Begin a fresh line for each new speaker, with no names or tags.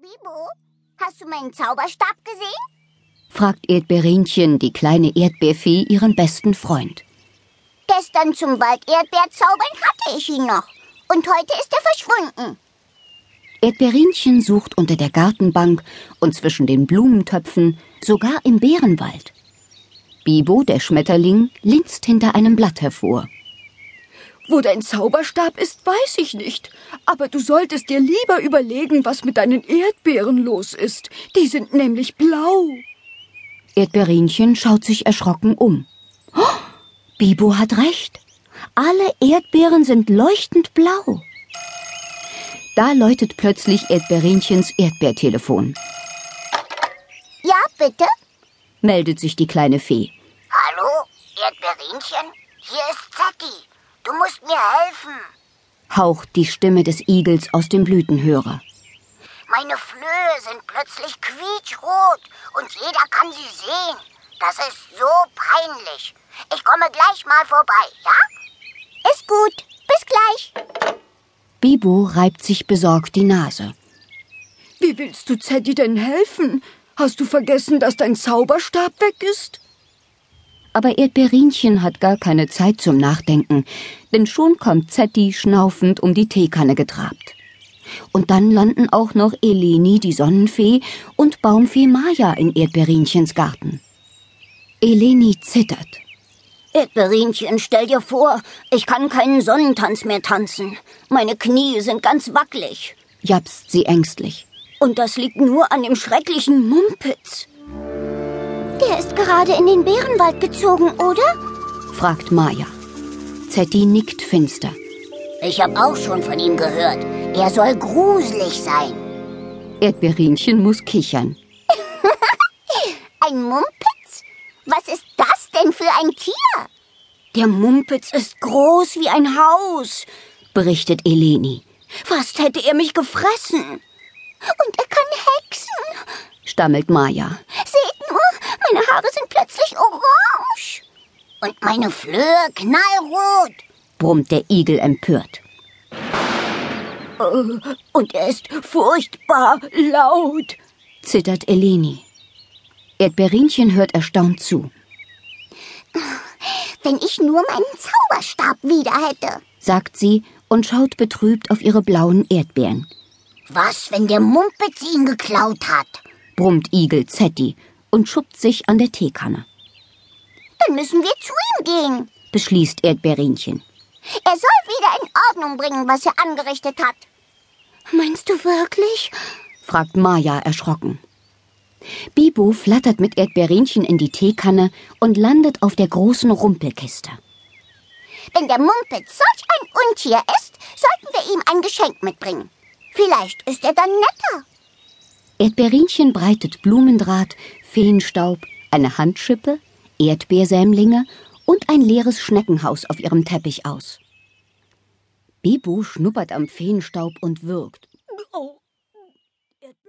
Bibo, hast du meinen Zauberstab gesehen?
fragt Erdbeerinchen, die kleine Erdbeerfee, ihren besten Freund.
Gestern zum Wald-Erdbeerzaubern hatte ich ihn noch. Und heute ist er verschwunden.
Erdbeerinchen sucht unter der Gartenbank und zwischen den Blumentöpfen, sogar im Beerenwald. Bibo, der Schmetterling, linst hinter einem Blatt hervor.
Wo dein Zauberstab ist, weiß ich nicht. Aber du solltest dir lieber überlegen, was mit deinen Erdbeeren los ist. Die sind nämlich blau.
Erdbeerinchen schaut sich erschrocken um. Oh, Bibo hat recht. Alle Erdbeeren sind leuchtend blau. Da läutet plötzlich Erdbeerinchens Erdbeertelefon.
Ja, bitte?
Meldet sich die kleine Fee.
Hallo, Erdbeerinchen, hier ist Zatti. Du musst mir helfen.
Haucht die Stimme des Igels aus dem Blütenhörer.
Meine Flöhe sind plötzlich quietschrot und jeder kann sie sehen. Das ist so peinlich. Ich komme gleich mal vorbei, ja?
Ist gut. Bis gleich.
Bibo reibt sich besorgt die Nase.
Wie willst du Zeddy denn helfen? Hast du vergessen, dass dein Zauberstab weg ist?
Aber Erdbeerinchen hat gar keine Zeit zum Nachdenken, denn schon kommt Zetti schnaufend um die Teekanne getrabt. Und dann landen auch noch Eleni, die Sonnenfee, und Baumfee Maya in Erdbeerinchens Garten. Eleni zittert.
Erdbeerinchen, stell dir vor, ich kann keinen Sonnentanz mehr tanzen. Meine Knie sind ganz wackelig,
japst sie ängstlich.
Und das liegt nur an dem schrecklichen Mumpitz.
Der ist gerade in den Bärenwald gezogen, oder?
fragt Maya. Zetti nickt finster.
Ich habe auch schon von ihm gehört. Er soll gruselig sein.
Erdbeerinchen muss kichern.
ein Mumpitz? Was ist das denn für ein Tier?
Der Mumpitz ist groß wie ein Haus, berichtet Eleni. Fast hätte er mich gefressen.
Und er kann hexen,
stammelt Maya.
Seht nur, meine Haare sind plötzlich orange.
Und meine Flöhe knallrot,
brummt der Igel empört.
Oh, und er ist furchtbar laut,
zittert Eleni. Erdbeerinchen hört erstaunt zu.
Wenn ich nur meinen Zauberstab wieder hätte,
sagt sie und schaut betrübt auf ihre blauen Erdbeeren.
Was, wenn der Mumpitz ihn geklaut hat?
brummt Igel Zetti und schubt sich an der Teekanne.
Dann müssen wir zu ihm gehen,
beschließt Erdbeerinchen.
Er soll wieder in Ordnung bringen, was er angerichtet hat.
Meinst du wirklich?
fragt Maya erschrocken. Bibo flattert mit Erdbeerinchen in die Teekanne und landet auf der großen Rumpelkiste.
Wenn der Mumpitz solch ein Untier ist, sollten wir ihm ein Geschenk mitbringen. Vielleicht ist er dann netter.
Erdbeerinchen breitet Blumendraht, Feenstaub, eine Handschippe, Erdbeersämlinge und ein leeres Schneckenhaus auf ihrem Teppich aus. Bibo schnuppert am Feenstaub und würgt.